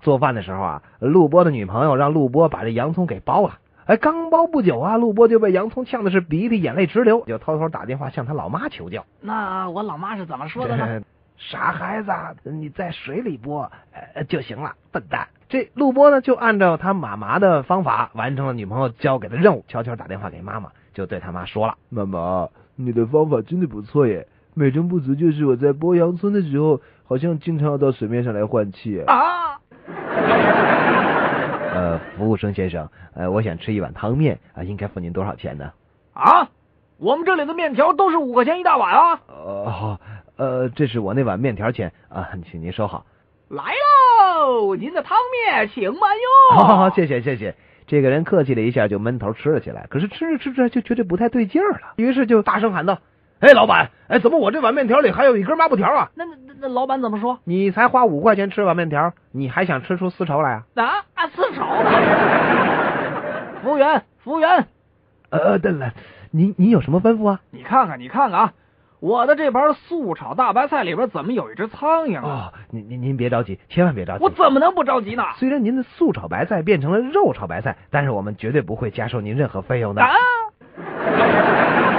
做饭的时候啊，陆波的女朋友让陆波把这洋葱给剥了。哎，刚剥不久啊，陆波就被洋葱呛的是鼻涕眼泪直流，就偷偷打电话向他老妈求救。那我老妈是怎么说的呢？ 傻孩子，啊你在水里剥、呃、就行了，笨蛋。这陆波呢，就按照他妈妈的方法完成了女朋友交给的任务，悄悄打电话给妈妈，就对他妈说了：“妈妈，你的方法真的不错耶，美中不足就是我在剥洋葱的时候，好像经常要到水面上来换气。”啊！呃，服务生先生，呃，我想吃一碗汤面啊、应该付您多少钱呢？啊，我们这里的面条都是五块钱一大碗啊！呃，好，呃，这是我那碗面条钱啊， 请您收好。来喽，您的汤面请慢用。好好好，谢谢谢谢。这个人客气了一下，就闷头吃了起来。可是吃着吃着就觉得不太对劲儿了，于是就大声喊道：“哎，老板，哎，怎么我这碗面条里还有一根抹布条啊？那那那那老板怎么说？你才花五块钱吃碗面条，你还想吃出丝绸来啊？”啊啊，自首 了！服务员，服务员，呃，对了，您您有什么吩咐啊？你看看，你看看啊，我的这盘素炒大白菜里边怎么有一只苍蝇啊？哦，您您您别着急，千万别着急。我怎么能不着 急呢？虽然您的素炒白菜变成了肉炒白菜，但是我们绝对不会加收您任何费用的。啊！